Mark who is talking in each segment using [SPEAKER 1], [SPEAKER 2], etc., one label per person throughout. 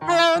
[SPEAKER 1] Hello，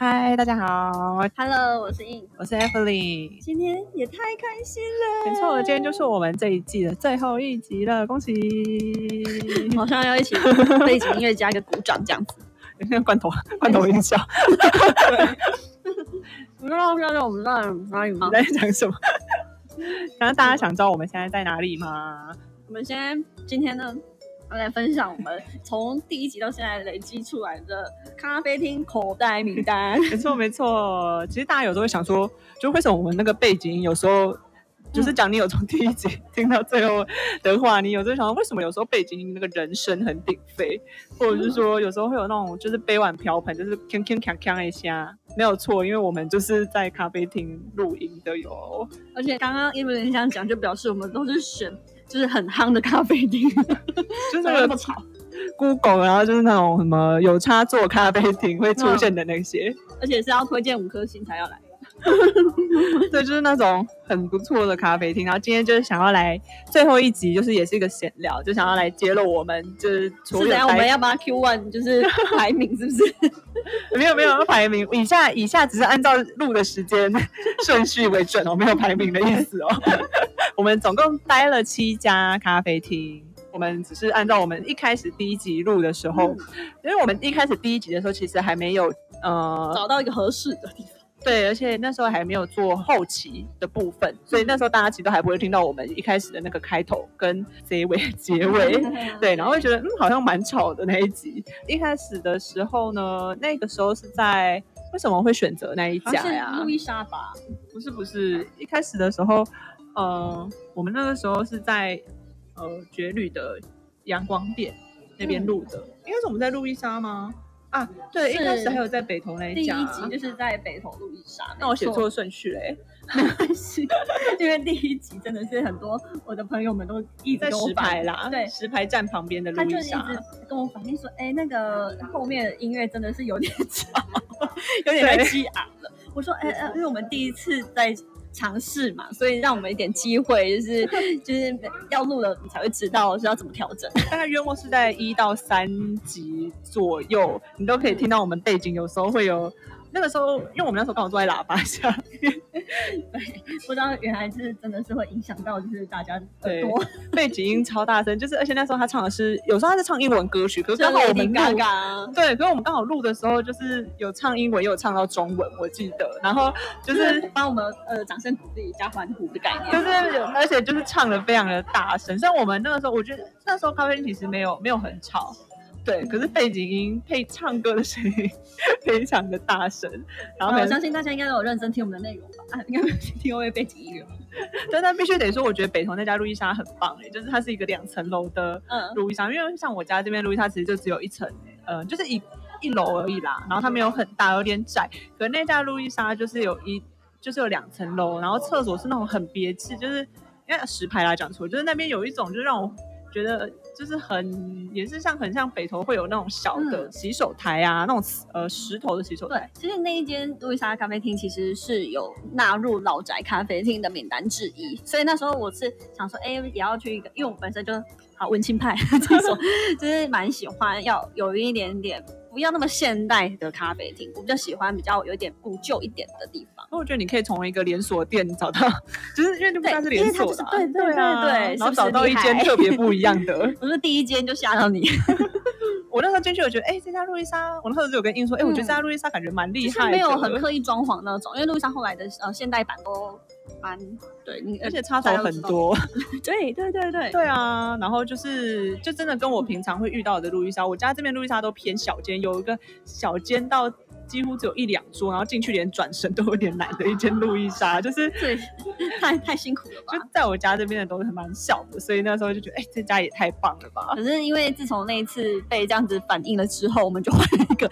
[SPEAKER 2] 嗨，大家好，
[SPEAKER 1] Hello，我是 In。
[SPEAKER 2] 我是 Emily。
[SPEAKER 1] 今天也太开心了，
[SPEAKER 2] 没错，今天就是我们这一季的最后一集了，恭喜！
[SPEAKER 1] 马上要一起背景音乐加个鼓掌这样子。
[SPEAKER 2] 那罐头罐头音效，
[SPEAKER 1] 让让让我们让哪里吗
[SPEAKER 2] 你？在讲什么？ 然后大家想知道我们现在在哪里吗？
[SPEAKER 1] 我们现在今天呢，要来分享我们从第一集到现在累积出来的咖啡厅口袋名 单。
[SPEAKER 2] 没错没错，其实大家有时候会想说，就为什么我们那个背景音有时候就是讲你有从第一集听到最后的话，你有时候想到为什么有时候背景音那个人声很鼎沸，或者是说有时候会有那种就是杯碗瓢盆就是铿铿锵锵一下，没有错，因为我们就是在咖啡厅录音的哟。
[SPEAKER 1] 而且刚刚因为你想讲，就表示我们都是选就是很夯的咖啡 厅，
[SPEAKER 2] 就是
[SPEAKER 1] 怎么那
[SPEAKER 2] 那
[SPEAKER 1] 么
[SPEAKER 2] 个
[SPEAKER 1] 吵
[SPEAKER 2] Google，然后就是那种什么有插座咖啡厅会出现的那些，
[SPEAKER 1] 而且是要推荐五颗星才要来。
[SPEAKER 2] 对，就是那种很不错的咖啡厅。然后今天就是想要来最后一集，就是也是一个闲聊，就想要来揭露我们就是所
[SPEAKER 1] 是
[SPEAKER 2] 有
[SPEAKER 1] 怎样？我们
[SPEAKER 2] 排
[SPEAKER 1] 要把它 Q one 就是排名是不是？
[SPEAKER 2] 没有没有排名，以下以下只是按照录的时间顺序为准哦，没有排名的意思哦。 我们总共待了七家咖啡厅。我们只是按照我们一开始第一集录的时候，因为我们一开始第一集的时候，其实还没有呃
[SPEAKER 1] 找到一个合适的地方。
[SPEAKER 2] 对，而且那时候还没有做后期的部分，所以那时候大家其实都还不会听到我们一开始的那个开头 跟结尾结尾。对，然后会觉得嗯，好像蛮吵的那一集。一开始的时候呢，那个时候是在为什么会选择那一
[SPEAKER 1] 好
[SPEAKER 2] 家
[SPEAKER 1] 像是
[SPEAKER 2] 呀
[SPEAKER 1] 路？易莎吧，
[SPEAKER 2] 不是不是，一开始的时候，呃，我们那个时候是在呃绝旅的阳光店那边
[SPEAKER 1] 嗯
[SPEAKER 2] 录的。应该是我们在路易莎吗？啊，对，一开
[SPEAKER 1] 是
[SPEAKER 2] 始还有在北投那
[SPEAKER 1] 第
[SPEAKER 2] 一
[SPEAKER 1] 一
[SPEAKER 2] 家。
[SPEAKER 1] 集就是在北投路易莎。
[SPEAKER 2] 那我写
[SPEAKER 1] 没错
[SPEAKER 2] 错顺序欸嘞、
[SPEAKER 1] 是 因为第一集真的是很多我的朋友们都一直
[SPEAKER 2] 在
[SPEAKER 1] 跟我
[SPEAKER 2] 石
[SPEAKER 1] 反
[SPEAKER 2] 牌
[SPEAKER 1] 映
[SPEAKER 2] 啦，
[SPEAKER 1] 对
[SPEAKER 2] 石牌站旁边的路啊
[SPEAKER 1] 他就
[SPEAKER 2] 易
[SPEAKER 1] 一
[SPEAKER 2] 莎，
[SPEAKER 1] 直跟我反映说，哎、那个后面的音乐真的是有点 吵，有点太
[SPEAKER 2] 对
[SPEAKER 1] 激昂了。我说，哎、呃因为我们第一次在尝试嘛，所以让我们一点机会，就是 就是要录了你才会知道是要怎么调整。
[SPEAKER 2] 大概约莫是在一到三级左右，你都可以听到我们背景有时候会有。那个时候，因为我们那时候刚好坐在喇叭下，
[SPEAKER 1] 不知道原来就是真的是会影响到就是大家耳
[SPEAKER 2] 对
[SPEAKER 1] 朵，
[SPEAKER 2] 背景音超大声，就是而且那时候他唱的是，有时候他在唱英文歌曲，可是刚好我们
[SPEAKER 1] 嘎
[SPEAKER 2] 录
[SPEAKER 1] 嘎。
[SPEAKER 2] 对，可是我们刚好录的时候就是有唱英文，也有唱到中文，我记得，然后就
[SPEAKER 1] 就是是帮我们呃掌声鼓励加欢呼的概念，
[SPEAKER 2] 就是有，而且就是唱的非常的大声。虽然我们那个时候，我觉得那时候咖啡厅其实没有没有很吵，对，可是背景音配唱歌的声音非常的大声，然后
[SPEAKER 1] 啊
[SPEAKER 2] 可
[SPEAKER 1] 我
[SPEAKER 2] 能
[SPEAKER 1] 相信大家应该都有认真听我们的内容吧？ 啊，应该没有听会背景音乐吧。
[SPEAKER 2] 但但必须得说，我觉得北投那家路易莎很棒诶、就是它是一个两层楼的
[SPEAKER 1] 嗯，
[SPEAKER 2] 路易莎，因为像我家这边路易莎其实就只有一层、欸，呃，就是一一楼而已啦，然后它没有很大，有点窄，可那家路易莎就是有一就是有两层楼，然后厕所是那种很憋气，就是因为石牌来讲错，就是那边有一种就让我觉得就是很也是像很像北投会有那种小的
[SPEAKER 1] 嗯
[SPEAKER 2] 洗手台啊，那种呃石头的洗手台，
[SPEAKER 1] 对，其实那一间路易莎咖啡厅其实是有纳入老宅咖啡厅的名单之一，所以那时候我是想说，哎、也要去一个，因为我本身就好文青派 这种，就是蛮喜欢要有一点点不要那么现代的咖啡厅，我比较喜欢比较有点古旧一点的地方。
[SPEAKER 2] 然后我觉得你可以从一个连锁店找到， 就是因为就不
[SPEAKER 1] 对
[SPEAKER 2] 算是
[SPEAKER 1] 因为
[SPEAKER 2] 连
[SPEAKER 1] 它
[SPEAKER 2] 锁
[SPEAKER 1] 就是
[SPEAKER 2] 的啊、
[SPEAKER 1] 对对
[SPEAKER 2] 啊
[SPEAKER 1] 对对
[SPEAKER 2] 然
[SPEAKER 1] 是
[SPEAKER 2] 后
[SPEAKER 1] 不
[SPEAKER 2] 找
[SPEAKER 1] 是
[SPEAKER 2] 到
[SPEAKER 1] 厉
[SPEAKER 2] 一间
[SPEAKER 1] 害
[SPEAKER 2] 特别不一样的。
[SPEAKER 1] 我是第一间就吓到你，
[SPEAKER 2] 我那时候进去，我觉得哎、这家路易莎，我那时候就有跟英说，哎、我觉得
[SPEAKER 1] 嗯
[SPEAKER 2] 这家路易莎感觉蛮厉
[SPEAKER 1] 就是
[SPEAKER 2] 害的，
[SPEAKER 1] 没有很刻意装潢那种，因为路易莎后来的呃现代版都蛮对你，
[SPEAKER 2] 而且插头很多。
[SPEAKER 1] 对对对对，
[SPEAKER 2] 对啊，然后就是就真的跟我平常会遇到的路易莎，我家这边路易莎都偏小间，有一个小间到几乎只有一两桌，然后进去连转身都有点难的一间路易莎，就是
[SPEAKER 1] 对，太太辛苦了吧
[SPEAKER 2] 就？在我家这边的都是蛮小的，所以那时候就觉得，哎、这家也太棒了吧！
[SPEAKER 1] 可是因为自从那一次被这样子反映了之后，我们就换了一个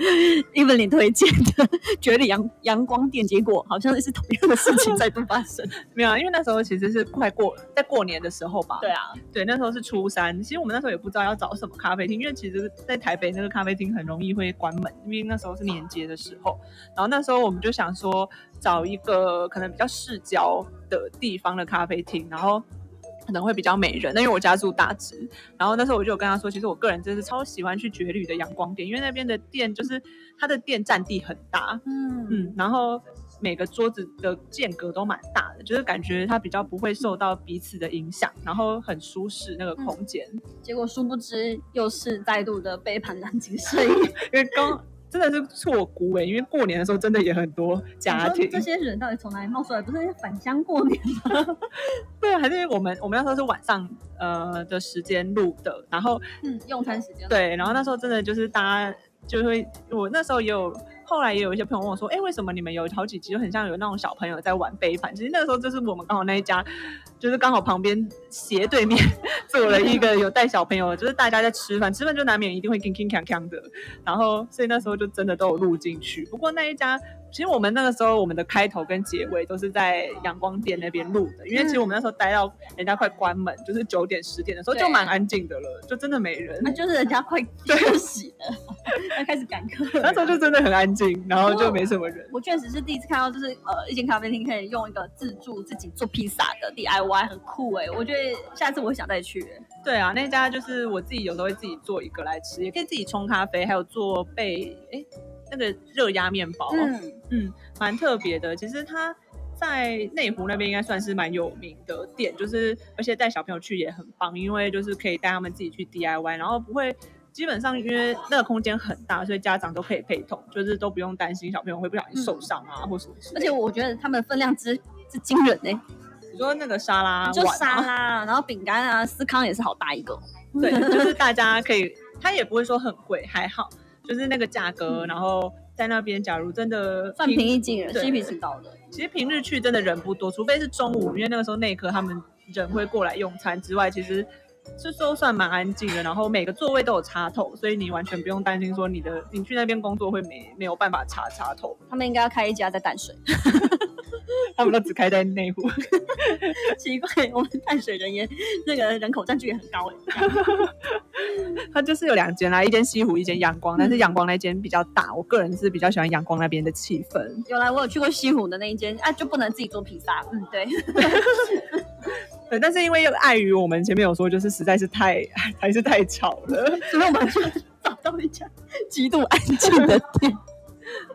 [SPEAKER 1] Evelyn 推荐的绝里阳阳光店，结果好像是同样的事情再度发生。
[SPEAKER 2] 没有啊，因为那时候其实是快过在过年的时候吧，
[SPEAKER 1] 对啊，
[SPEAKER 2] 对，那时候是初三，其实我们那时候也不知道要找什么咖啡厅，因为其实，在台北那个咖啡厅很容易会关门，因为那时候是年节的时候。然后那时候我们就想说，找一个可能比较市郊的地方的咖啡厅，然后。可能会比较美人，那因为我家住大直，然后那时候我就有跟他说，其实我个人真是超喜欢去绝旅的阳光店，因为那边的店就是它的店占地很大，
[SPEAKER 1] 嗯，
[SPEAKER 2] 嗯，然后每个桌子的间隔都蛮大的，就是感觉它比较不会受到彼此的影响，然后很舒适那个
[SPEAKER 1] 嗯
[SPEAKER 2] 空间，
[SPEAKER 1] 结果殊不知又是再度的背叛蓝鲸摄影。
[SPEAKER 2] 因为刚。真的是错估哎、因为过年的时候真的也很多家
[SPEAKER 1] 想说
[SPEAKER 2] 庭，
[SPEAKER 1] 这些人到底从哪里冒出来？不是返乡过年吗？
[SPEAKER 2] 对啊，还是我们我们那时候是晚上呃的时间录的，然后
[SPEAKER 1] 嗯，用餐时间。
[SPEAKER 2] 对，然后那时候真的就是大家就会，我那时候也有，后来也有一些朋友问我说，哎、为什么你们有好几集就很像有那种小朋友在玩杯盘？其实那个时候就是我们刚好那一家，就是刚好旁边斜对面 坐了一个有带小朋友的，就是大家在吃饭，吃饭就难免一定会铿铿锵锵的，然后所以那时候就真的都有录进去。不过那一家。其实我们那个时候，我们的开头跟结尾都是在阳光店那边录的，因为其实我们那时候待到人家快关门，就是九点十点的时候，就
[SPEAKER 1] 对
[SPEAKER 2] 蛮安静的了，就真的没人。
[SPEAKER 1] 那就是人家快休息了， 要开始赶课 了。
[SPEAKER 2] 那时候就真的很安静，然后就没什么人。
[SPEAKER 1] 我确实是第一次看到，就是呃，一间咖啡厅可以用一个自助自己做披萨的 DIY，很酷哎、我觉得下次我想再去、欸。
[SPEAKER 2] 对啊，那家就是我自己有时候会自己做一个来吃，也可以自己冲咖啡，还有做贝哎那个热压面包，
[SPEAKER 1] 嗯，
[SPEAKER 2] 嗯，蛮、特别的。其实它在内湖那边应该算是蛮有名的店，就是而且带小朋友去也很棒，因为就是可以带他们自己去 DIY，然后不会。基本上，因为那个空间很大，所以家长都可以陪同，就是都不用担心小朋友会不小心受伤啊，或什么之类
[SPEAKER 1] 而
[SPEAKER 2] 的。
[SPEAKER 1] 且我觉得他们分量之之惊人哎、
[SPEAKER 2] 你说那个沙拉
[SPEAKER 1] 就
[SPEAKER 2] 碗啊
[SPEAKER 1] 沙拉，然后饼干啊，司康也是好大一个。
[SPEAKER 2] 对，就是大家可以，它也不会说很贵，还好，就是那个价格，然后在那边，假如真的
[SPEAKER 1] 算平，易近人，
[SPEAKER 2] 对
[SPEAKER 1] 嬉皮挺高的。
[SPEAKER 2] 其实平日去真的人不多，除非是中午，因为那个时候内科他们人会过来用餐之外，其实。是都算蛮安静的，然后每个座位都有插头，所以你完全不用担心说你的你去那边工作会没没有办法插插头，
[SPEAKER 1] 他们应该要开一家在淡水，
[SPEAKER 2] 他们都只开在内湖。
[SPEAKER 1] 奇怪，我们淡水人也那个人口占据也很高哎、
[SPEAKER 2] 它就是有两间啦，一间西湖，一间阳光，但
[SPEAKER 1] 嗯
[SPEAKER 2] 是阳光那间比较大，我个人是比较喜欢阳光那边的气氛。
[SPEAKER 1] 有来我有去过西湖的那一间，啊，就不能自己做披萨。嗯，对，
[SPEAKER 2] 对，但是因为又碍于我们前面有说，就是实在是太 还是太吵了。
[SPEAKER 1] 所以我们就找到一家极度安静的店。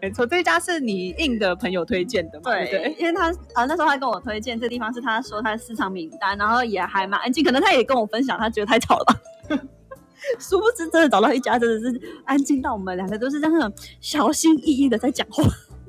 [SPEAKER 2] 没错，这一家是你应的朋友推荐的嘛？对不
[SPEAKER 1] 对
[SPEAKER 2] 对，？
[SPEAKER 1] 因为他啊、那时候他跟我推荐这地方是他说他的市场名单，然后也还蛮安静，可能他也跟我分享，他觉得太吵了吧。 殊不知，真的找到一家，真的是安静到我们两个都是这样很小心翼翼的在讲话，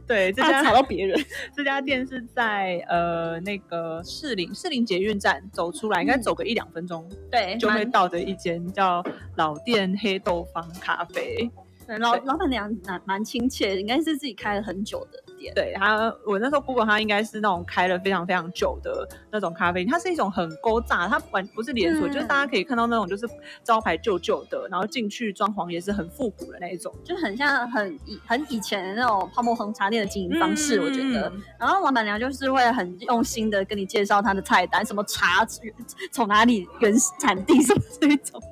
[SPEAKER 2] 对，这
[SPEAKER 1] 怕
[SPEAKER 2] 家
[SPEAKER 1] 吵到别人。
[SPEAKER 2] 这家店是在呃那个士林士林捷运站走出来，应该
[SPEAKER 1] 嗯
[SPEAKER 2] 走个一两分钟、
[SPEAKER 1] 对，
[SPEAKER 2] 就会
[SPEAKER 1] 蛮
[SPEAKER 2] 到的一间叫老店黑豆坊咖啡。
[SPEAKER 1] 对老
[SPEAKER 2] 对
[SPEAKER 1] 老板娘蛮蛮亲切，应该是自己开了很久的店。
[SPEAKER 2] 对它，我那时候 Google 它应该是那种开了非常非常久的那种咖啡，它是一种很勾炸，它完不是连锁，
[SPEAKER 1] 嗯
[SPEAKER 2] 就是大家可以看到那种就是招牌旧旧的，然后进去装潢也是很复古的那一种
[SPEAKER 1] 就很像很以很以前的那种泡沫红茶店的经营方式，我觉得。
[SPEAKER 2] 嗯
[SPEAKER 1] 然后老板娘就是会很用心的跟你介绍她的菜单，什么茶 从哪里原产地什么这一种。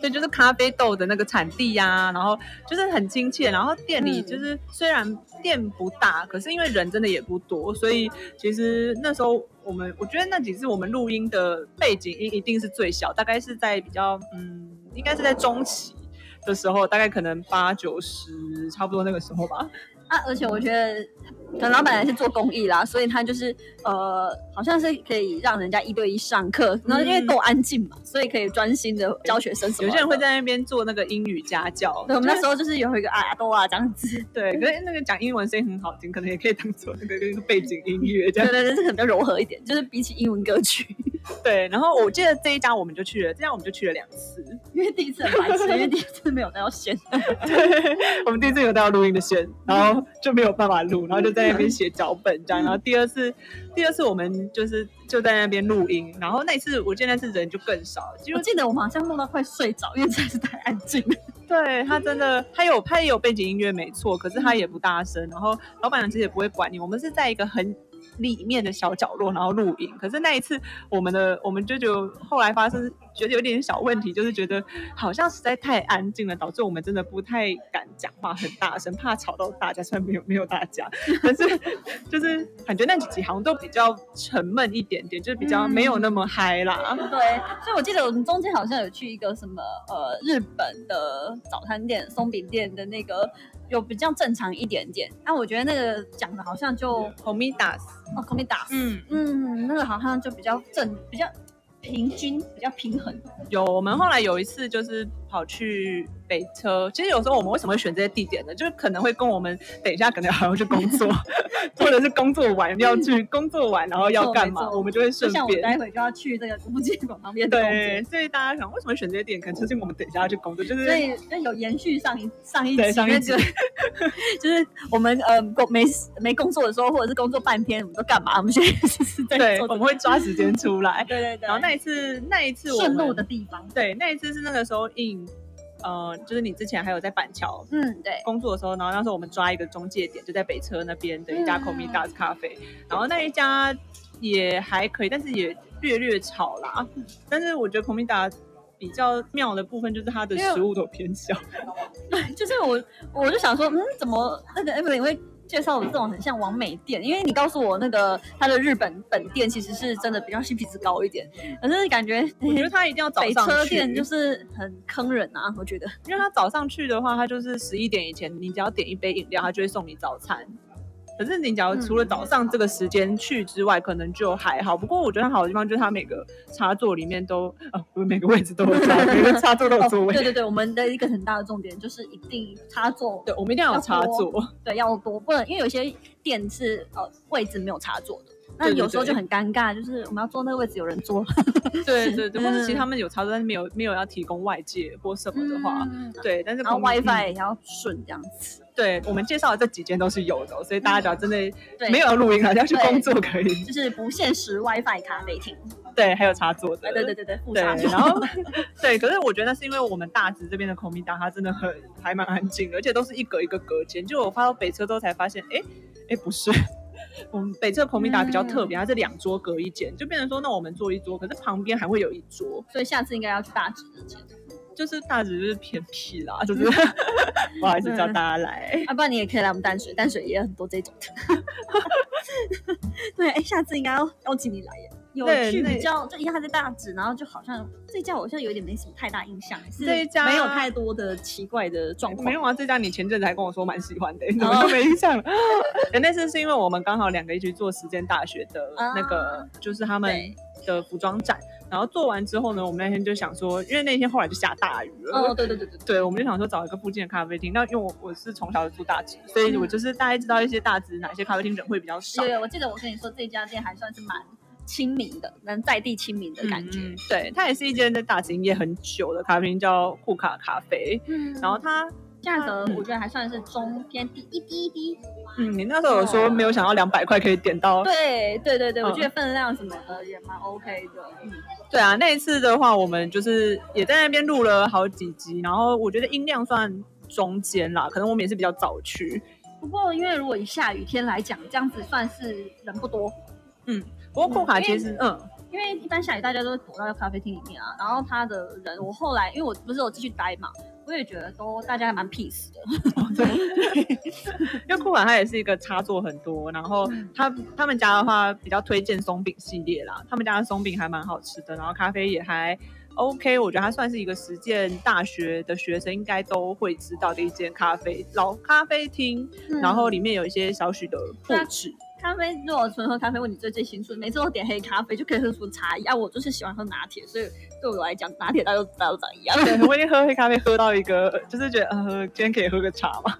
[SPEAKER 2] 对，就是咖啡豆的那个产地呀、然后就是很亲切，然后店里
[SPEAKER 1] 嗯
[SPEAKER 2] 就是、虽然店不大，可是因为人真的也不多，所以其实那时候我们我觉得那几次我们录音的背景音一定是最小，大概是在比较嗯，应该是在中期。的时候，大概可能八九十，差不多那个时候吧。
[SPEAKER 1] 啊，而且我觉得，可能老板娘是做公益啦，所以她就是呃，好像是可以让人家一对一上课，然后因为
[SPEAKER 2] 嗯
[SPEAKER 1] 够安静嘛，所以可以专心的教学生什
[SPEAKER 2] 有
[SPEAKER 1] 么的。
[SPEAKER 2] 些人会在那边做那个英语家教，
[SPEAKER 1] 对，我
[SPEAKER 2] 就
[SPEAKER 1] 们那
[SPEAKER 2] 是
[SPEAKER 1] 时候就是有一个阿多啊这样子，
[SPEAKER 2] 对，可是那个讲英文声音很好听，可能也可以当做那个那个背景音乐这
[SPEAKER 1] 对
[SPEAKER 2] 样。
[SPEAKER 1] 对对，这个比较柔和一点，就是比起英文歌曲，
[SPEAKER 2] 对，然后我记得这一家我们就去了，这家我们就去了两次，
[SPEAKER 1] 因为第一次很白痴，因为第一次没有带到线。
[SPEAKER 2] 对，我们第一次有到录音的线，然后就没有办法录，然后就在那边写脚本这样。然后第二次，第二次我们就是就在那边录音，然后那一次我记得那次人就更少了，就
[SPEAKER 1] 我记得我们好像梦到快睡着，因为真的是太安静了。
[SPEAKER 2] 对他真的，他有他也有背景音乐没错，可是他也不大声，然后老板娘其实也不会管你。我们是在一个很里面的小角落，然后录影。可是那一次，我们的我们就觉得后来发生，觉得有点小问题，就是觉得好像实在太安静了，导致我们真的不太敢讲话很大声，怕吵到大家。虽然没有没有大家，可是就是感觉那几集好像都比较沉闷一点点，就是比较没有那么嗨啦。
[SPEAKER 1] 对，所以我记得我们中间好像有去一个什么呃日本的早餐店松饼店的那个，有比较正常一点点。但我觉得那个讲的好像就
[SPEAKER 2] 红米打死，
[SPEAKER 1] 哦 c o m i d a
[SPEAKER 2] 嗯。
[SPEAKER 1] 嗯，那个好像就比较正，比较平均，比较平衡。
[SPEAKER 2] 有，我们后来有一次就是跑去北车。其实有时候我们为什么会选这些地点呢？就是可能会跟我们等一下可能还要去工 作，或者是工作完要去工作完，然后要干
[SPEAKER 1] 嗯没
[SPEAKER 2] 嘛，
[SPEAKER 1] 错
[SPEAKER 2] 我们就会
[SPEAKER 1] 就
[SPEAKER 2] 顺
[SPEAKER 1] 像我们
[SPEAKER 2] 便。
[SPEAKER 1] 待会就要去这个国际广旁边的工作。
[SPEAKER 2] 对，所以大家想为什么会选这些点，可能就是因为我们等一下要去工作，就是
[SPEAKER 1] 所以就有延续上一上一集
[SPEAKER 2] 对上一集
[SPEAKER 1] 那个，就是我们呃工没没工作的时候，或者是工作半天，我们都干嘛？我们现在就是在
[SPEAKER 2] 对，
[SPEAKER 1] 做
[SPEAKER 2] 我
[SPEAKER 1] 这
[SPEAKER 2] 们
[SPEAKER 1] 个
[SPEAKER 2] 会抓时间出 来。
[SPEAKER 1] 对对对，
[SPEAKER 2] 然后那一次，那一次我
[SPEAKER 1] 顺路
[SPEAKER 2] 们
[SPEAKER 1] 的地方，
[SPEAKER 2] 对，那一次是那个时候应，呃，就是你之前还有在板桥
[SPEAKER 1] 嗯，对，
[SPEAKER 2] 工作的时候，然后那时候我们抓一个中介点，就在北车那边的一家
[SPEAKER 1] 嗯
[SPEAKER 2] c o m i d a 咖啡，然后那一家也还可以，但是也略略吵啦。但是我觉得 c o m i d a 比较妙的部分就是它的
[SPEAKER 1] 因为
[SPEAKER 2] 食物都偏小，
[SPEAKER 1] 就是我我就想说，嗯，怎么那个 Emily 会介绍我这种很像完美店？因为你告诉我那个它的日本本店其实是真的比较 CP 值高一点，可是感觉。
[SPEAKER 2] 我觉得它一定要早
[SPEAKER 1] 北
[SPEAKER 2] 上
[SPEAKER 1] 车
[SPEAKER 2] 去，
[SPEAKER 1] 店就是很坑人啊，我觉得。
[SPEAKER 2] 因为它早上去的话，它就是十一点以前，你只要点一杯饮料，它就会送你早餐。可是你只要
[SPEAKER 1] 嗯
[SPEAKER 2] 除了早上这个时间去之外，可能就还好。不过我觉得它好的地方就是它每个插座里面都，呃，不是每个位置都有座， 每个插座都有座位。
[SPEAKER 1] 哦对对对，我们的一个很大的重点就是一定插座
[SPEAKER 2] 对，我们一定要有插座。
[SPEAKER 1] 对，要多，不能因为有些店是呃位置没有插座的，那
[SPEAKER 2] 对对
[SPEAKER 1] 有时候
[SPEAKER 2] 对
[SPEAKER 1] 就很尴尬，就是我们要坐那个位置有人坐了
[SPEAKER 2] 对对 对，或者其实
[SPEAKER 1] 嗯
[SPEAKER 2] 他们有插座，但是没有没有要提供外界或什么的话，
[SPEAKER 1] 嗯
[SPEAKER 2] 对，但是
[SPEAKER 1] 然后
[SPEAKER 2] 我们
[SPEAKER 1] WiFi 也要顺这样子。
[SPEAKER 2] 对我们介绍的这几间都是有的哦，所以大家只要真
[SPEAKER 1] 对
[SPEAKER 2] 的没有要录音，好像去工作可以。
[SPEAKER 1] 就是不限时 WiFi 咖啡厅，
[SPEAKER 2] 对，还有插座的。
[SPEAKER 1] 对对对对对，附
[SPEAKER 2] 对，
[SPEAKER 1] 上去
[SPEAKER 2] 然后 对，可是我觉得那是因为我们大直这边的孔明达，它真的很还蛮安静的，而且都是一格一个隔间。就我发到北车之后才发现，哎哎不是， 我们北侧孔明达比较特
[SPEAKER 1] 嗯
[SPEAKER 2] 别，它是两桌隔一间，就变成说那我们坐一桌，可是旁边还会有一桌，
[SPEAKER 1] 所以下次应该要去大直之前，
[SPEAKER 2] 就是大直就是偏僻啦，就是 不好意思叫大家来。
[SPEAKER 1] 啊，不然你也可以来我们淡水，淡水也有很多这种的。 对，哎，下次应该要邀请你来耶。有
[SPEAKER 2] 对
[SPEAKER 1] 去
[SPEAKER 2] 那
[SPEAKER 1] 比较，就一下在大直，然后就好像这家我好像有点没什么太大印象，是
[SPEAKER 2] 这一家
[SPEAKER 1] 没有太多的奇怪的状况
[SPEAKER 2] 没。有啊，哦这家你前阵子还跟我说蛮喜欢的，你怎么都没印 象了？哎那次是因为我们刚好两个一起去做实践大学的那个，就是他们
[SPEAKER 1] 对
[SPEAKER 2] 的服装展，然后做完之后呢，我们那天就想说，因为那天后来就下大雨了，
[SPEAKER 1] 哦，对对对对对，
[SPEAKER 2] 对，我们就想说找一个附近的咖啡厅。那因为我我是从小就住大直，所以我就是大概知道一些大直哪些咖啡厅人会比较少
[SPEAKER 1] 有。有，我记得我跟你说这家店还算是蛮亲民的，能在地亲民的感觉。
[SPEAKER 2] 嗯对，它也是一间在大直营业很久的咖啡厅，叫库卡咖啡。
[SPEAKER 1] 嗯，
[SPEAKER 2] 然后它，
[SPEAKER 1] 价格我觉得还算是中偏低一低一低。
[SPEAKER 2] 嗯，你那时候有说没有想到两百块可以点到
[SPEAKER 1] 对对对对，我
[SPEAKER 2] 嗯
[SPEAKER 1] 觉得分量什么的也蛮 OK 的。嗯，
[SPEAKER 2] 对啊，那一次的话，我们就是也在那边录了好几集，然后我觉得音量算中间啦，可能我们也是比较早去。
[SPEAKER 1] 不过因为如果以下雨天来讲，这样子算是人不多，
[SPEAKER 2] 不过库卡其实，嗯，
[SPEAKER 1] 因为一般下雨大家都会躲到咖啡厅里面啊。然后他的人，我后来因为我不是有继续待嘛，我也觉得都大家还蛮 peace 的。
[SPEAKER 2] 嗯因为库卡它也是一个插座很多，然后
[SPEAKER 1] 嗯
[SPEAKER 2] 他他们家的话比较推荐松饼系列啦，他们家的松饼还蛮好吃的，然后咖啡也还 OK，我觉得它算是一个实践大学的学生应该都会知道的一间咖啡老咖啡厅，然后里面有一些小许的布
[SPEAKER 1] 那
[SPEAKER 2] 置。
[SPEAKER 1] 嗯咖啡如果纯喝咖啡，问你最最清楚，每次我点黑咖啡就可以喝出差异啊。我就是喜欢喝拿铁，所以对我来讲，拿铁大家都大家都长一样。
[SPEAKER 2] 对，我已经喝黑咖啡喝到一个，就是觉得，呃，今天可以喝个茶嘛。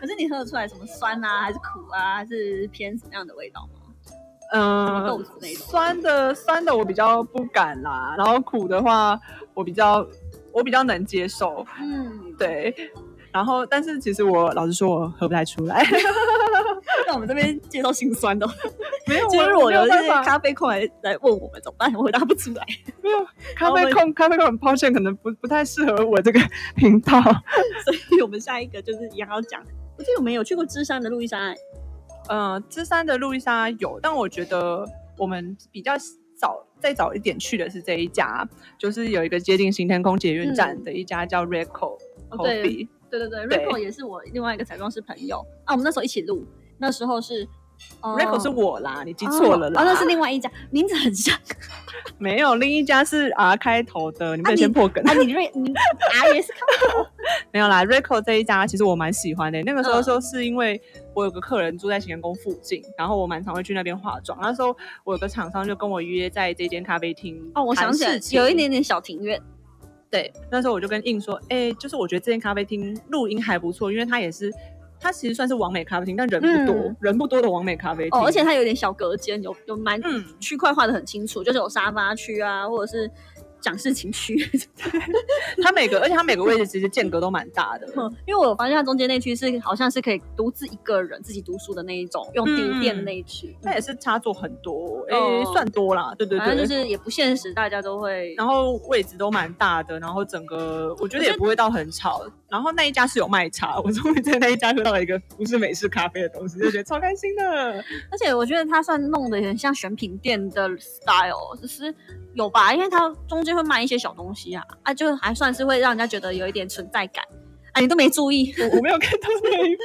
[SPEAKER 1] 可是你喝得出来什么酸啊，还是苦啊，还是偏什么样的味道吗？
[SPEAKER 2] 嗯，
[SPEAKER 1] 豆子那种
[SPEAKER 2] 酸的酸的我比较不敢啦，然后苦的话我比较。我比较能接受，
[SPEAKER 1] 嗯，
[SPEAKER 2] 对。然后，但是其实我老实说，我喝不太出来，
[SPEAKER 1] 那我们这边介绍心酸的 哦，
[SPEAKER 2] 没有，
[SPEAKER 1] 今天如果
[SPEAKER 2] 没有
[SPEAKER 1] 有这
[SPEAKER 2] 办
[SPEAKER 1] 些
[SPEAKER 2] 法
[SPEAKER 1] 咖啡控来来问我们怎么办，我回答不出来。
[SPEAKER 2] 咖啡控，咖啡控，很抱歉，可能不不太适合我这个频道。
[SPEAKER 1] 所以我们下一个就是也要讲，我记得我们有去过芝山的路易山，
[SPEAKER 2] 嗯，芝山的路易莎有，但我觉得我们比较早再早一点去的是这一家，就是有一个接近行天宫捷运站的一家叫 Reco
[SPEAKER 1] 嗯哦对
[SPEAKER 2] Coffee，、
[SPEAKER 1] 对对对
[SPEAKER 2] 对
[SPEAKER 1] ，Rico 也是我另外一个彩妆师朋友啊，我们那时候一起录，那时候是、呃
[SPEAKER 2] Reco 是我啦，你记错了啦，
[SPEAKER 1] 哦，哦那是另外一家，名字很像
[SPEAKER 2] 没有另一家是 R 开头的，你们
[SPEAKER 1] 你
[SPEAKER 2] 先破梗，
[SPEAKER 1] 啊，你瑞你 R 也是看
[SPEAKER 2] 没有啦，Reco 这一家其实我蛮喜欢的，那个时候
[SPEAKER 1] 嗯
[SPEAKER 2] 说是因为我有个客人住在行天宫附近，然后我蛮常会去那边化妆，那时候我有个厂商就跟我约在这间咖啡厅
[SPEAKER 1] 哦，我想
[SPEAKER 2] 谈
[SPEAKER 1] 起来
[SPEAKER 2] 事情
[SPEAKER 1] 有一点点小庭院，
[SPEAKER 2] 对，那时候我就跟印说，哎、就是我觉得这间咖啡厅录音还不错，因为它也是，它其实算是完美咖啡厅，但人不多，
[SPEAKER 1] 嗯
[SPEAKER 2] 人不多的完美咖啡厅。
[SPEAKER 1] 哦，而且它有点小隔间，有有蛮
[SPEAKER 2] 嗯，
[SPEAKER 1] 区块画的很清楚，就是有沙发区啊，或者是讲事情区，
[SPEAKER 2] 它每个，而且它每个位置其实间隔都蛮大的。
[SPEAKER 1] 嗯因为我有发现它中间那区是好像是可以独自一个人自己读书的那一种，用
[SPEAKER 2] 嗯
[SPEAKER 1] 笔电的那一区，
[SPEAKER 2] 它也是插座很多，哎、
[SPEAKER 1] 哦
[SPEAKER 2] 算多啦，对对
[SPEAKER 1] 反正
[SPEAKER 2] 对。
[SPEAKER 1] 就是也不现实，大家都会
[SPEAKER 2] 然后位置都蛮大的，然后整个我觉得也不会到很吵。然后那一家是有卖茶，我终于在那一家喝到了一个不是美式咖啡的东西，就觉得超开心的。
[SPEAKER 1] 而且我觉得它算弄得很像选品店的 style，就是有吧，因为它中间会卖一些小东西啊，啊，就还算是会让人家觉得有一点存在感。啊，你都没注意，
[SPEAKER 2] 我我没有看到那一趴，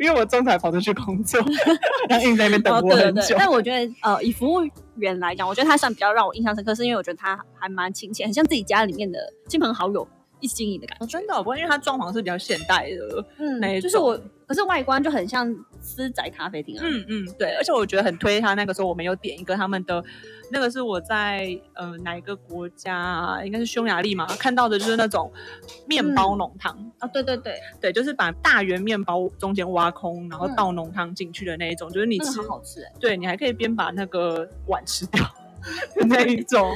[SPEAKER 2] 因为我中才跑出去工作， 然后硬在那边等
[SPEAKER 1] 哦，
[SPEAKER 2] 我
[SPEAKER 1] 对对
[SPEAKER 2] 很
[SPEAKER 1] 对
[SPEAKER 2] 久。，
[SPEAKER 1] 但我觉得呃，以服务员来讲，我觉得他算比较让我印象深刻，是因为我觉得他还蛮亲切，很像自己家里面的亲朋好友一起经营的感觉。
[SPEAKER 2] 哦，真的、哦，不过因为它装潢是比较现代的，哪一
[SPEAKER 1] 嗯，就是
[SPEAKER 2] 种
[SPEAKER 1] 我，可是外观就很像私宅咖啡厅啊。
[SPEAKER 2] 嗯嗯，对，而且我觉得很推它。那个时候我们有点一个他们的，那个是我在呃哪一个国家啊，应该是匈牙利嘛，看到的就是那种面包浓汤，
[SPEAKER 1] 啊，对对对，
[SPEAKER 2] 对，就是把大圆面包中间挖空，然后
[SPEAKER 1] 嗯
[SPEAKER 2] 倒浓汤进去的那一种，就是你
[SPEAKER 1] 那个
[SPEAKER 2] 吃
[SPEAKER 1] 很，好吃哎、
[SPEAKER 2] 对你还可以边把那个碗吃 掉的那一种。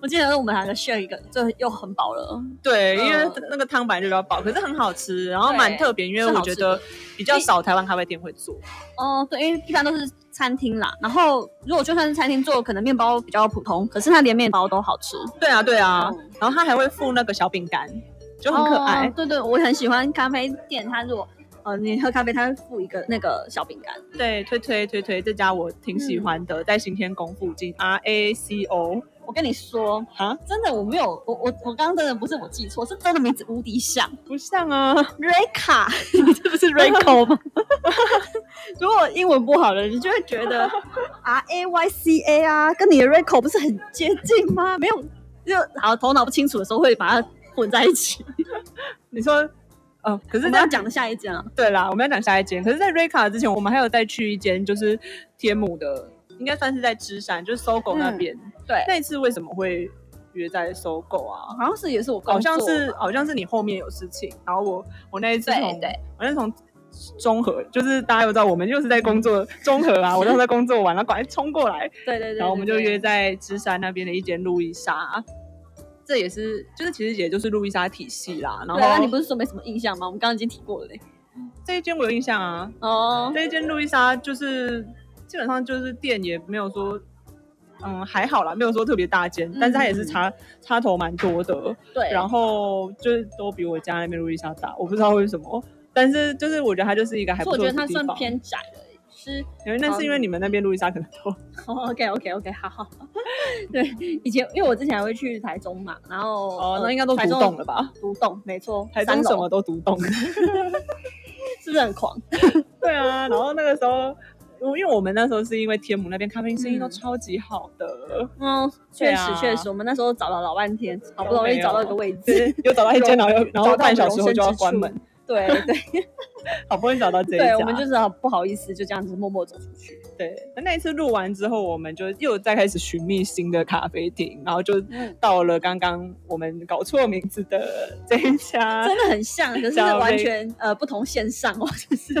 [SPEAKER 1] 我记得我们两个 share 一个，就又很饱了。
[SPEAKER 2] 对，因为
[SPEAKER 1] 嗯
[SPEAKER 2] 那个汤本来就比较饱，可是很好吃，然后
[SPEAKER 1] 对
[SPEAKER 2] 蛮特别，因为
[SPEAKER 1] 是
[SPEAKER 2] 我
[SPEAKER 1] 好
[SPEAKER 2] 觉
[SPEAKER 1] 吃
[SPEAKER 2] 得
[SPEAKER 1] 的
[SPEAKER 2] 比较少台湾咖啡店会做。
[SPEAKER 1] 哦，对，因为一般都是餐厅啦。然后如果就算是餐厅做，可能面包比较普通，可是它连面包都好吃，
[SPEAKER 2] 对啊，对啊，
[SPEAKER 1] 嗯
[SPEAKER 2] 然后它还会附那个小饼干，就很可爱
[SPEAKER 1] 哦。对对，我很喜欢咖啡店，它如果呃你喝咖啡，它会附一个那个小饼干。
[SPEAKER 2] 对，推推推推，这家我挺喜欢
[SPEAKER 1] 嗯
[SPEAKER 2] 的，在行天宫附近，R A C O
[SPEAKER 1] 我跟你说，
[SPEAKER 2] 啊，
[SPEAKER 1] 真的我没有，我我我刚刚真的不是我记错，是真的名字无敌像
[SPEAKER 2] 不像啊，
[SPEAKER 1] Reka，你 这不是 Reko 吗？ 如果英文不好的，你就会觉 得 R A Y C A 啊，跟你的 Reko 不是很接近吗？没有，就好头脑不清楚的时候会把它混在一起。
[SPEAKER 2] 你说。哦，可
[SPEAKER 1] 我
[SPEAKER 2] 是
[SPEAKER 1] 们
[SPEAKER 2] 在
[SPEAKER 1] 要讲的下一件啊，
[SPEAKER 2] 对啦，我们要讲下一间。可是，在瑞卡之前，我们还有再去一间，就是天母的，应该算是在芝山，就是搜狗那
[SPEAKER 1] 嗯
[SPEAKER 2] 边。
[SPEAKER 1] 对
[SPEAKER 2] 那一次为什么会约在搜狗啊？
[SPEAKER 1] 好像是也是我工作
[SPEAKER 2] 好像是好像是你后面有事情，然后我我那一次
[SPEAKER 1] 对
[SPEAKER 2] 从
[SPEAKER 1] 对
[SPEAKER 2] 我那次从中和，就是大家又知道我们又是在工作中和啊，我那时候在工作完，然后赶快冲过来，
[SPEAKER 1] 对对对，
[SPEAKER 2] 然后我们就
[SPEAKER 1] 对
[SPEAKER 2] 约在芝山那边的一间路易莎，这也是就是其实也就是路易莎体系啦。然
[SPEAKER 1] 对啊，你
[SPEAKER 2] 后
[SPEAKER 1] 不是说没什么印象吗？我们刚刚已经提过了嘞。
[SPEAKER 2] 这一间我有印象啊，
[SPEAKER 1] 哦，
[SPEAKER 2] 这一间路易莎就是基本上就是店也没有说。嗯，还好啦，没有说特别大间，但是它也
[SPEAKER 1] 嗯
[SPEAKER 2] 是插插头蛮多的。
[SPEAKER 1] 对，
[SPEAKER 2] 然后就是都比我家那边路易莎大，我不知道为什么，但是就是我觉得它就是一个还
[SPEAKER 1] 所以
[SPEAKER 2] 不
[SPEAKER 1] 我觉
[SPEAKER 2] 错的
[SPEAKER 1] 得
[SPEAKER 2] 地方。
[SPEAKER 1] 它算偏窄了，是
[SPEAKER 2] 因为那是因为你们那边路易莎可能都
[SPEAKER 1] 嗯 OK OK OK，好哦好。 对，以前因为我之前还会去台中嘛，然后
[SPEAKER 2] 哦，
[SPEAKER 1] 呃
[SPEAKER 2] 那应该都
[SPEAKER 1] 台
[SPEAKER 2] 独
[SPEAKER 1] 中
[SPEAKER 2] 栋了吧？
[SPEAKER 1] 独栋没错，
[SPEAKER 2] 台
[SPEAKER 1] 三
[SPEAKER 2] 中
[SPEAKER 1] 楼
[SPEAKER 2] 什么都独栋。
[SPEAKER 1] 是不是很狂？
[SPEAKER 2] 对啊，然后那个时候。我因为我们那时候是因为天母那边咖啡厅生意都超级好 的，
[SPEAKER 1] 嗯，
[SPEAKER 2] 对
[SPEAKER 1] 确
[SPEAKER 2] 啊
[SPEAKER 1] 实确实，我们那时候找了老半天，好不容易找到一个位
[SPEAKER 2] 就是
[SPEAKER 1] 置，
[SPEAKER 2] 有找到一间，然后又然后
[SPEAKER 1] 找到
[SPEAKER 2] 半小时
[SPEAKER 1] 容
[SPEAKER 2] 后
[SPEAKER 1] 身
[SPEAKER 2] 就要
[SPEAKER 1] 之
[SPEAKER 2] 关
[SPEAKER 1] 处
[SPEAKER 2] 门，
[SPEAKER 1] 对对。
[SPEAKER 2] 好不容易找到这一家，
[SPEAKER 1] 对，我们就是好不好意思，就这样子默默走出去。
[SPEAKER 2] 对，那一次录完之后，我们就又再开始寻觅新的咖啡厅，然后就
[SPEAKER 1] 嗯
[SPEAKER 2] 到了刚刚我们搞错名字的这一家，
[SPEAKER 1] 真的 很像，可是
[SPEAKER 2] 啊小
[SPEAKER 1] 完
[SPEAKER 2] 妹
[SPEAKER 1] 全呃不同线上哦，就是在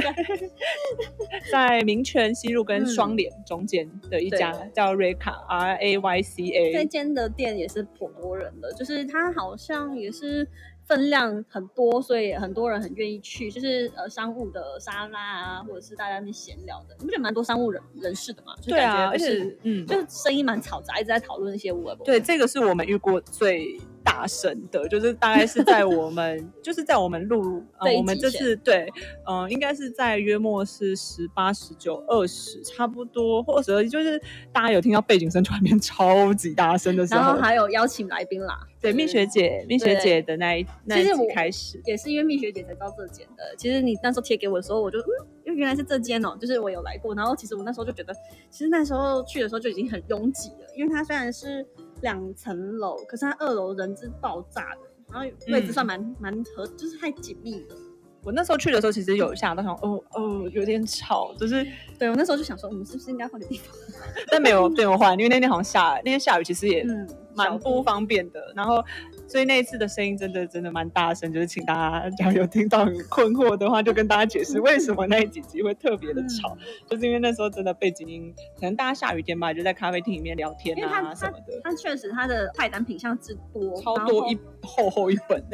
[SPEAKER 2] 在民权西路跟双联中间的一家、
[SPEAKER 1] 嗯对
[SPEAKER 2] 叫 Rayca R A Y C
[SPEAKER 1] 这
[SPEAKER 2] A，
[SPEAKER 1] 间的店也是颇多人的，就是它好像也是分量很多，所以很多人很愿意去，就是呃商务的沙拉啊，或者是大家那边闲聊的，你不觉得蛮多商务人人士的吗？就是
[SPEAKER 2] 对啊，
[SPEAKER 1] 感觉
[SPEAKER 2] 而
[SPEAKER 1] 不是
[SPEAKER 2] 且嗯，
[SPEAKER 1] 就声音蛮嘈杂，一直在讨论一些无为不
[SPEAKER 2] 对，这个是我们遇过最大声的，就是大概是在我 们就是在我们录，呃
[SPEAKER 1] 这一集
[SPEAKER 2] 我们这次对，嗯、应该是在约莫是十八、十九、二十，差不多或者就是大家有听到背景声突然变超级大声的时
[SPEAKER 1] 然
[SPEAKER 2] 候
[SPEAKER 1] 后，还有邀请来宾啦，
[SPEAKER 2] 对
[SPEAKER 1] 就是
[SPEAKER 2] 蜜雪姐，蜜雪姐的那一那一
[SPEAKER 1] 其实
[SPEAKER 2] 集
[SPEAKER 1] 我
[SPEAKER 2] 开始，
[SPEAKER 1] 也是因为蜜雪姐才知道这间的。其实你那时候贴给我的时候，我就嗯，因为原来是这间哦，就是我有来过。然后其实我那时候就觉得，其实那时候去的时候就已经很拥挤了，因为它虽然是两层楼，可是它二楼人是爆炸的，然后位置算蛮蛮合，就是太紧密了。
[SPEAKER 2] 我那时候去的时候其实有吓到，想哦哦有点吵，就是
[SPEAKER 1] 对我那时候就想说，我们是不是应该换个地方？
[SPEAKER 2] 但没有变换，因为那天好像下那天下雨，其实也
[SPEAKER 1] 嗯，
[SPEAKER 2] 蛮
[SPEAKER 1] 小
[SPEAKER 2] 不方便的。然后，所以那一次的声音真的真的蛮大声，就是请大家，假如有听到很困惑的话，就跟大家解释为什么那一几集会特别的吵，
[SPEAKER 1] 嗯
[SPEAKER 2] 就是因为那时候真的背景音，可能大家下雨天吧，就在咖啡厅里面聊天
[SPEAKER 1] 因为
[SPEAKER 2] 啊
[SPEAKER 1] 它
[SPEAKER 2] 什么的，
[SPEAKER 1] 但确实它的菜单品相之多，
[SPEAKER 2] 超
[SPEAKER 1] 然
[SPEAKER 2] 多
[SPEAKER 1] 后
[SPEAKER 2] 一厚厚一本。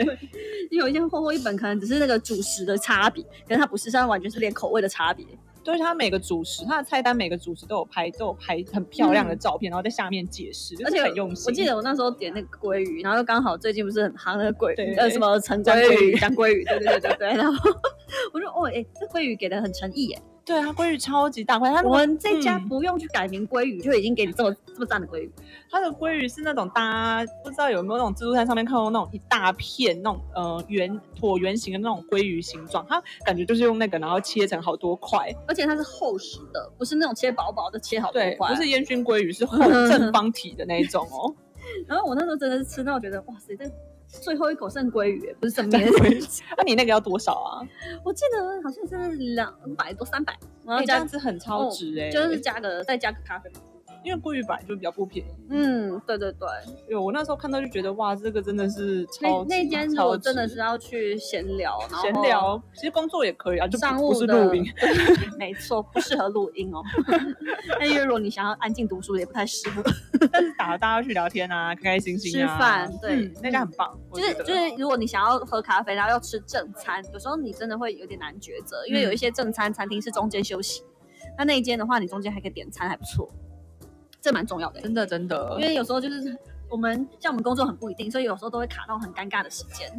[SPEAKER 1] 有一些厚厚一本，可能只是那个主食的差别，可是它不是，它完全是连口味的差别。
[SPEAKER 2] 对它每个主食，它的菜单每个主食都有拍，都有拍很漂亮的照片，然后在下面解释，就
[SPEAKER 1] 嗯而
[SPEAKER 2] 是
[SPEAKER 1] 且
[SPEAKER 2] 很用心。
[SPEAKER 1] 我记得我那时候点那个鲑鱼，然后刚好最近不是很夯那个鲑
[SPEAKER 2] 对
[SPEAKER 1] 鱼，呃，什么陈
[SPEAKER 2] 江
[SPEAKER 1] 鲑
[SPEAKER 2] 鲑鱼
[SPEAKER 1] 鱼、江鲑鱼，对对对对对。然后我说，哦，哎、这鲑鱼给的很诚意耶，
[SPEAKER 2] 对它鲑鱼超级大块，它那
[SPEAKER 1] 我
[SPEAKER 2] 个
[SPEAKER 1] 们这家
[SPEAKER 2] 嗯
[SPEAKER 1] 不用去改名鲑鱼，就已经给你这么这么赞的鲑鱼。
[SPEAKER 2] 它的鲑鱼是那种大家不知道有没有那种自助餐上面看到那种一大片那种呃圆椭圆形的那种鲑鱼形状，它感觉就是用那个然后切成好多块，
[SPEAKER 1] 而且它是厚实的，不是那种切薄薄的，切好多
[SPEAKER 2] 对，
[SPEAKER 1] 块。
[SPEAKER 2] 不是烟熏鲑 鱼，是厚
[SPEAKER 1] 嗯
[SPEAKER 2] 正方体的那一种哦。
[SPEAKER 1] 然后我那时候真的是吃到觉得，哇塞，这最后一口剩鲑鱼耶，不是正 面。
[SPEAKER 2] 那、你那个要多少啊？
[SPEAKER 1] 我记得好像是两百多、三百，然
[SPEAKER 2] 哎
[SPEAKER 1] 后
[SPEAKER 2] 这
[SPEAKER 1] 加、哦
[SPEAKER 2] 样子很超值哎、
[SPEAKER 1] 就是加个再加个咖啡。
[SPEAKER 2] 因为鲑鱼本来就比较不便宜。
[SPEAKER 1] 嗯，对对对。
[SPEAKER 2] 有我那时候看到就觉得哇，这个真的是超
[SPEAKER 1] 那
[SPEAKER 2] 级
[SPEAKER 1] 那间如
[SPEAKER 2] 超
[SPEAKER 1] 果
[SPEAKER 2] 值
[SPEAKER 1] 真的是要去闲聊，然后
[SPEAKER 2] 闲。聊，其实工作也可以啊，就
[SPEAKER 1] 商
[SPEAKER 2] 不
[SPEAKER 1] 务
[SPEAKER 2] 不是露营，
[SPEAKER 1] 对，没错，不适合录音哦。 但因为如果你想要安静读书，也不太适合。
[SPEAKER 2] 但是打大家去聊天啊，开开心心啊，
[SPEAKER 1] 吃饭对
[SPEAKER 2] 嗯那家很棒，我
[SPEAKER 1] 就是
[SPEAKER 2] 觉得
[SPEAKER 1] 就是，如果你想要喝咖啡，然后要吃正餐，有时候你真的会有点难抉择，因
[SPEAKER 2] 嗯
[SPEAKER 1] 为有一些正餐餐厅是中间休息，那那一间的话，你中间还可以点餐，还不错，这蛮重要的。欸
[SPEAKER 2] 真的真的，
[SPEAKER 1] 因为有时候就是我们像我们工作很不一定，所以有时候都会卡到很尴尬的时间。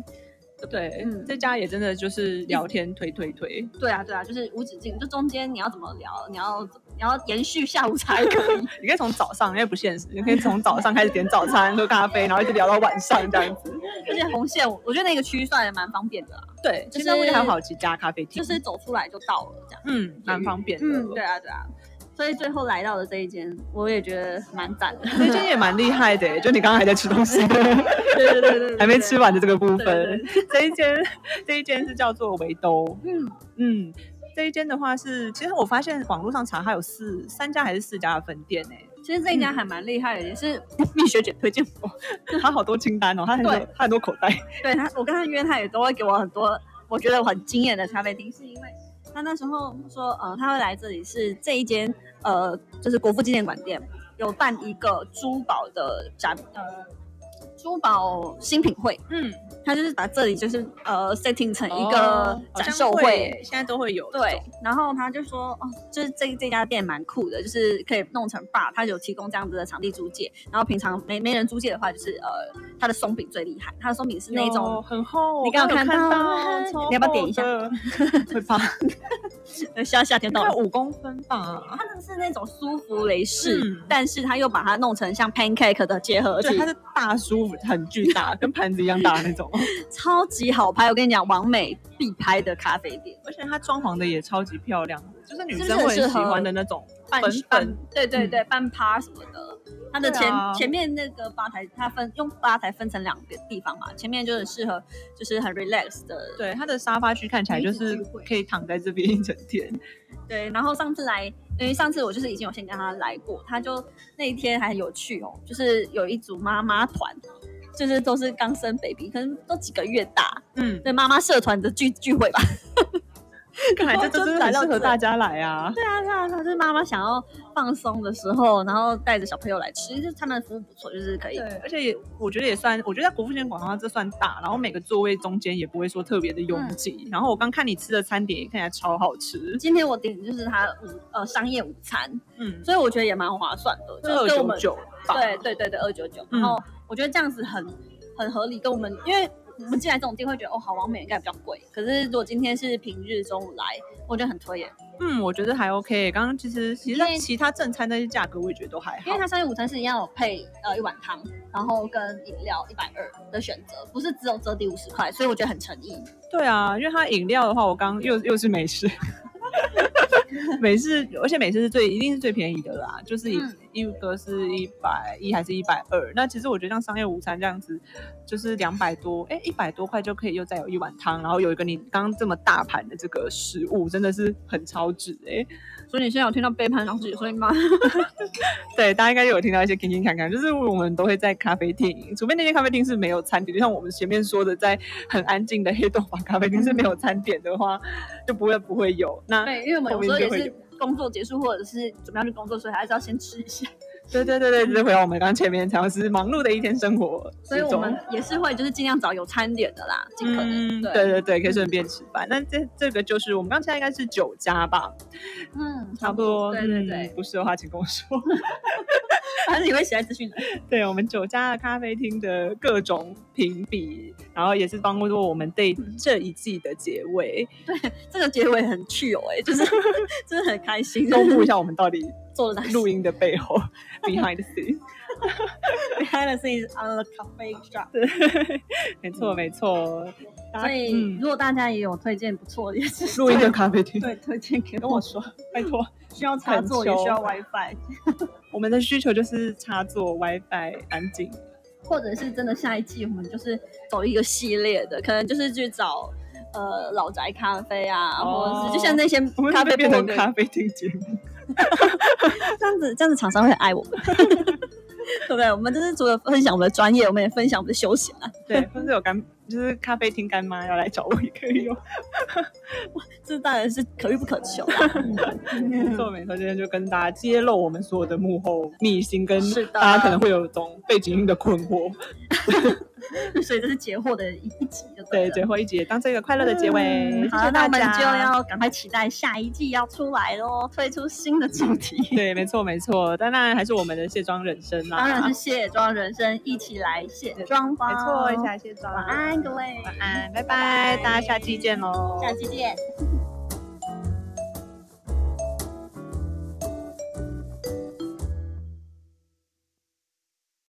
[SPEAKER 2] 对、
[SPEAKER 1] 嗯
[SPEAKER 2] 这家也真的就是聊天推推推，
[SPEAKER 1] 对啊，对啊，就是无止境，就中间你要怎么聊，你要你要延续下午茶也可以。
[SPEAKER 2] 你可以从早上，因为不现实，你可以从早上开始点早餐、喝咖啡，然后一直聊到晚上这样 子。
[SPEAKER 1] 而且红线，我我觉得那个区算也蛮方便的啦，
[SPEAKER 2] 对，
[SPEAKER 1] 就
[SPEAKER 2] 其
[SPEAKER 1] 是
[SPEAKER 2] 实那附近还有好几家咖啡厅，
[SPEAKER 1] 就是走出来就到了这样。
[SPEAKER 2] 嗯，蛮方便的。
[SPEAKER 1] 嗯，对，啊，对啊。所以最后来到的这一间，我也觉得蛮赞的。
[SPEAKER 2] 这间也蛮厉害的耶， 就你刚刚还在吃东西，
[SPEAKER 1] 对对对对
[SPEAKER 2] 还没吃。完的这个部
[SPEAKER 1] 对对
[SPEAKER 2] 分。 这一间，这一间是叫做围兜，
[SPEAKER 1] 嗯，
[SPEAKER 2] 嗯，这一间的话是，其实我发现网络上查它有四三家还是四家的分店呢。
[SPEAKER 1] 其实这一家还蛮厉害的，也是
[SPEAKER 2] 蜜雪姐推荐我，她好多清单哦，她很多
[SPEAKER 1] 对
[SPEAKER 2] 她很多口袋。
[SPEAKER 1] 对他，我跟他约，他也都会给我很多我觉得我很惊艳的咖啡厅，是因为他那时候说，呃，他会来这里是这一间，呃，就是国父纪念馆店有办一个珠宝的展，呃，珠宝新品会，
[SPEAKER 2] 嗯，
[SPEAKER 1] 他就是把这里就是呃 setting 成一个
[SPEAKER 2] 哦
[SPEAKER 1] 展售
[SPEAKER 2] 会，
[SPEAKER 1] 会。
[SPEAKER 2] 现在都会有。
[SPEAKER 1] 对，然后他就说，哦，就是这这家店蛮酷的，就是可以弄成 bar，他有提供这样子的场地租借。然后平常没没人租借的话，就是呃，他的松饼最厉害，他的松饼是那
[SPEAKER 2] 有
[SPEAKER 1] 种
[SPEAKER 2] 很厚，
[SPEAKER 1] 你刚
[SPEAKER 2] 我有
[SPEAKER 1] 刚看到
[SPEAKER 2] 到，
[SPEAKER 1] 吗
[SPEAKER 2] 超
[SPEAKER 1] 你要不要点一下
[SPEAKER 2] 厚的？会 吧，
[SPEAKER 1] 呃夏夏天到
[SPEAKER 2] 大概
[SPEAKER 1] 了，
[SPEAKER 2] 五公分吧。
[SPEAKER 1] 它是那种舒芙蕾式，
[SPEAKER 2] 嗯
[SPEAKER 1] 但是它又把它弄成像 pancake 的结合
[SPEAKER 2] 对，
[SPEAKER 1] 体
[SPEAKER 2] 它，是大舒服，很巨大，跟盘子一样大那 种。
[SPEAKER 1] 超级好拍。我跟你讲，完美必拍的咖啡店，
[SPEAKER 2] 而且它装潢的也超级漂亮的，就是女
[SPEAKER 1] 是不
[SPEAKER 2] 生
[SPEAKER 1] 是
[SPEAKER 2] 会
[SPEAKER 1] 适
[SPEAKER 2] 喜
[SPEAKER 1] 合
[SPEAKER 2] 欢的那种
[SPEAKER 1] 半
[SPEAKER 2] 粉
[SPEAKER 1] 半
[SPEAKER 2] 粉。
[SPEAKER 1] 对对对，半趴什么的。它的
[SPEAKER 2] 对
[SPEAKER 1] 前、
[SPEAKER 2] 啊
[SPEAKER 1] 前面那个吧台，它分用吧台分成两个地方嘛，前面就是适合就是很 relax 的，
[SPEAKER 2] 对，他的沙发区看起来
[SPEAKER 3] 女
[SPEAKER 2] 就
[SPEAKER 3] 子
[SPEAKER 2] 是
[SPEAKER 3] 聚会
[SPEAKER 2] 可以躺在这边一整天。
[SPEAKER 1] 对，然后上次来，因为上次我就是已经有先跟他来过，他就那一天还很有趣哦，就是有一组妈妈团，就是都是刚生 baby，可能都几个月大，
[SPEAKER 2] 嗯，
[SPEAKER 1] 对妈妈社团的聚聚会吧。
[SPEAKER 2] 看来这就
[SPEAKER 1] 就是来
[SPEAKER 2] 很
[SPEAKER 1] 到
[SPEAKER 2] 适合
[SPEAKER 1] 这
[SPEAKER 2] 大家来啊。
[SPEAKER 1] 对啊，对啊，对啊，就是妈妈想要放松的时候，然后带着小朋友来吃，就是他们的服务不错，就是可以
[SPEAKER 2] 对，而且也我觉得也算，我觉得在国父纪念广场这算大，然后每个座位中间也不会说特别的拥
[SPEAKER 1] 嗯
[SPEAKER 2] 挤。然后我刚看你吃的餐点也看起来超好吃，
[SPEAKER 1] 今天我点的就是它午呃商业午餐，
[SPEAKER 2] 嗯，
[SPEAKER 1] 所以我觉得也蛮划算的，就是
[SPEAKER 2] 二
[SPEAKER 1] 跟我们
[SPEAKER 2] 九九吧，
[SPEAKER 1] 对对对对二九九，然
[SPEAKER 2] 嗯
[SPEAKER 1] 后我觉得这样子很很合理，跟我们因为我们进来这种店会觉得哦好完美应该比较贵，可是如果今天是平日中午来，我觉得很推耶，
[SPEAKER 2] 嗯，我觉得还 OK。刚刚其实其实
[SPEAKER 1] 因
[SPEAKER 2] 在
[SPEAKER 1] 为
[SPEAKER 2] 其他正餐那些价格我也觉得都还
[SPEAKER 1] 因
[SPEAKER 2] 好
[SPEAKER 1] 为，它商业午餐是一样有配呃一碗汤，然后跟饮料一百二的选择，不是只有折抵五十块，所以我觉得很诚意。
[SPEAKER 2] 对啊，因为它饮料的话，我刚又又是美式，美式，而且美式是最一定是最便宜的啦，就是一、
[SPEAKER 1] 嗯
[SPEAKER 2] 一个是一百一还是一百二？那其实我觉得像商业午餐这样子，就是两百多，哎，一百多块就可以又再有一碗汤，然后有一个你刚刚这么大盘的这个食物，真的是很超值哎、
[SPEAKER 1] 所以你现在有听到背叛两句，所以吗？
[SPEAKER 2] 对，大家应该有听到一些听听看看，就是我们都会在咖啡厅，除非那间咖啡厅是没有餐点，就像我们前面说的，在很安静的黑豆坊咖啡厅是没有餐点的话，就不会不会有。那
[SPEAKER 1] 对，因为我们
[SPEAKER 2] 后面
[SPEAKER 1] 有时候
[SPEAKER 2] 就
[SPEAKER 1] 也
[SPEAKER 2] 会
[SPEAKER 1] 是工作结束或者是怎么样去工作，所以还是要先吃一下。
[SPEAKER 2] 对对对对，就是回到我们刚前面讲，是忙碌的一天生活之
[SPEAKER 1] 所以
[SPEAKER 2] 中，
[SPEAKER 1] 我们也是会就是尽量找有餐点的啦，尽可能。
[SPEAKER 2] 嗯，
[SPEAKER 1] 对
[SPEAKER 2] 对对对，可以顺便吃饭。那这这个就是我们刚才应该是酒家吧，
[SPEAKER 1] 嗯，
[SPEAKER 2] 差不多。
[SPEAKER 1] 对对
[SPEAKER 2] 嗯
[SPEAKER 1] 对，
[SPEAKER 2] 不是的话请跟我说。
[SPEAKER 1] 反 正你会写在资讯栏。
[SPEAKER 2] 对我们酒家的咖啡厅的各种评比，然后也是帮助我们对
[SPEAKER 1] 嗯
[SPEAKER 2] 这一季的结尾
[SPEAKER 1] 这个结尾很趣哦，哎，就是 真的很开心，
[SPEAKER 2] 公布一下我们到底
[SPEAKER 1] 做了哪些
[SPEAKER 2] 录音的背 后 behind the scene。
[SPEAKER 1] behind the scenes on the cafe shop。
[SPEAKER 2] 对，没错没错。大家
[SPEAKER 1] 所以、
[SPEAKER 2] 嗯
[SPEAKER 1] 如果大家也有推荐不错的，也是
[SPEAKER 2] 录音的咖啡厅，
[SPEAKER 1] 对推荐给
[SPEAKER 2] 跟
[SPEAKER 1] 我
[SPEAKER 2] 我，说，拜托。
[SPEAKER 1] 需要插座也
[SPEAKER 2] 恳求
[SPEAKER 1] 需要 WiFi，
[SPEAKER 2] 我们的需求就是插座、WiFi、安静。
[SPEAKER 1] 或者是真的下一季我们就是走一个系列的，可能就是去找。呃，老宅咖啡啊，
[SPEAKER 2] 哦
[SPEAKER 1] 或者是就像那些
[SPEAKER 2] 我们
[SPEAKER 1] 咖
[SPEAKER 2] 咖
[SPEAKER 1] 啡
[SPEAKER 2] 啡变
[SPEAKER 1] 部落
[SPEAKER 2] 成
[SPEAKER 1] 格
[SPEAKER 2] 咖啡厅节目，
[SPEAKER 1] 这样子，这样子厂商会很爱我们， 对不对？我们就是除了分享我们的专业，我们也分享我们的休闲啊。
[SPEAKER 2] 对，或是有干，就是咖啡厅干妈要来找我也可以用。
[SPEAKER 1] 这当然是可遇不可求啦。
[SPEAKER 2] 没错没错，今天就跟大家揭露我们所有的幕后秘辛，跟
[SPEAKER 1] 是的
[SPEAKER 2] 大家可能会有种背景音的困惑。
[SPEAKER 1] 所以这是截获的一一集就
[SPEAKER 2] 对，
[SPEAKER 1] 了
[SPEAKER 2] 最后一集也当这个快乐的结尾。谢谢
[SPEAKER 1] 好，那
[SPEAKER 2] 大
[SPEAKER 1] 我们
[SPEAKER 2] 家
[SPEAKER 1] 就要赶快期待下一季要出来喽，推出新的主 题，
[SPEAKER 2] 对，没错没错，当然还是我们的卸妆人生啦。
[SPEAKER 1] 当然是卸妆人生，一起来卸妆吧。
[SPEAKER 2] 没错，一起来卸妆。
[SPEAKER 1] 晚安各位，
[SPEAKER 2] 晚安，拜拜，大家下期见喽。
[SPEAKER 1] 下期见。